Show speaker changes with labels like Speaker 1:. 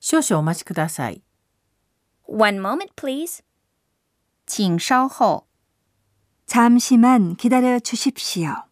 Speaker 1: 少々お待ちください。
Speaker 2: One moment, please.
Speaker 3: 请稍后。
Speaker 4: 잠시만 기다려 주십시오.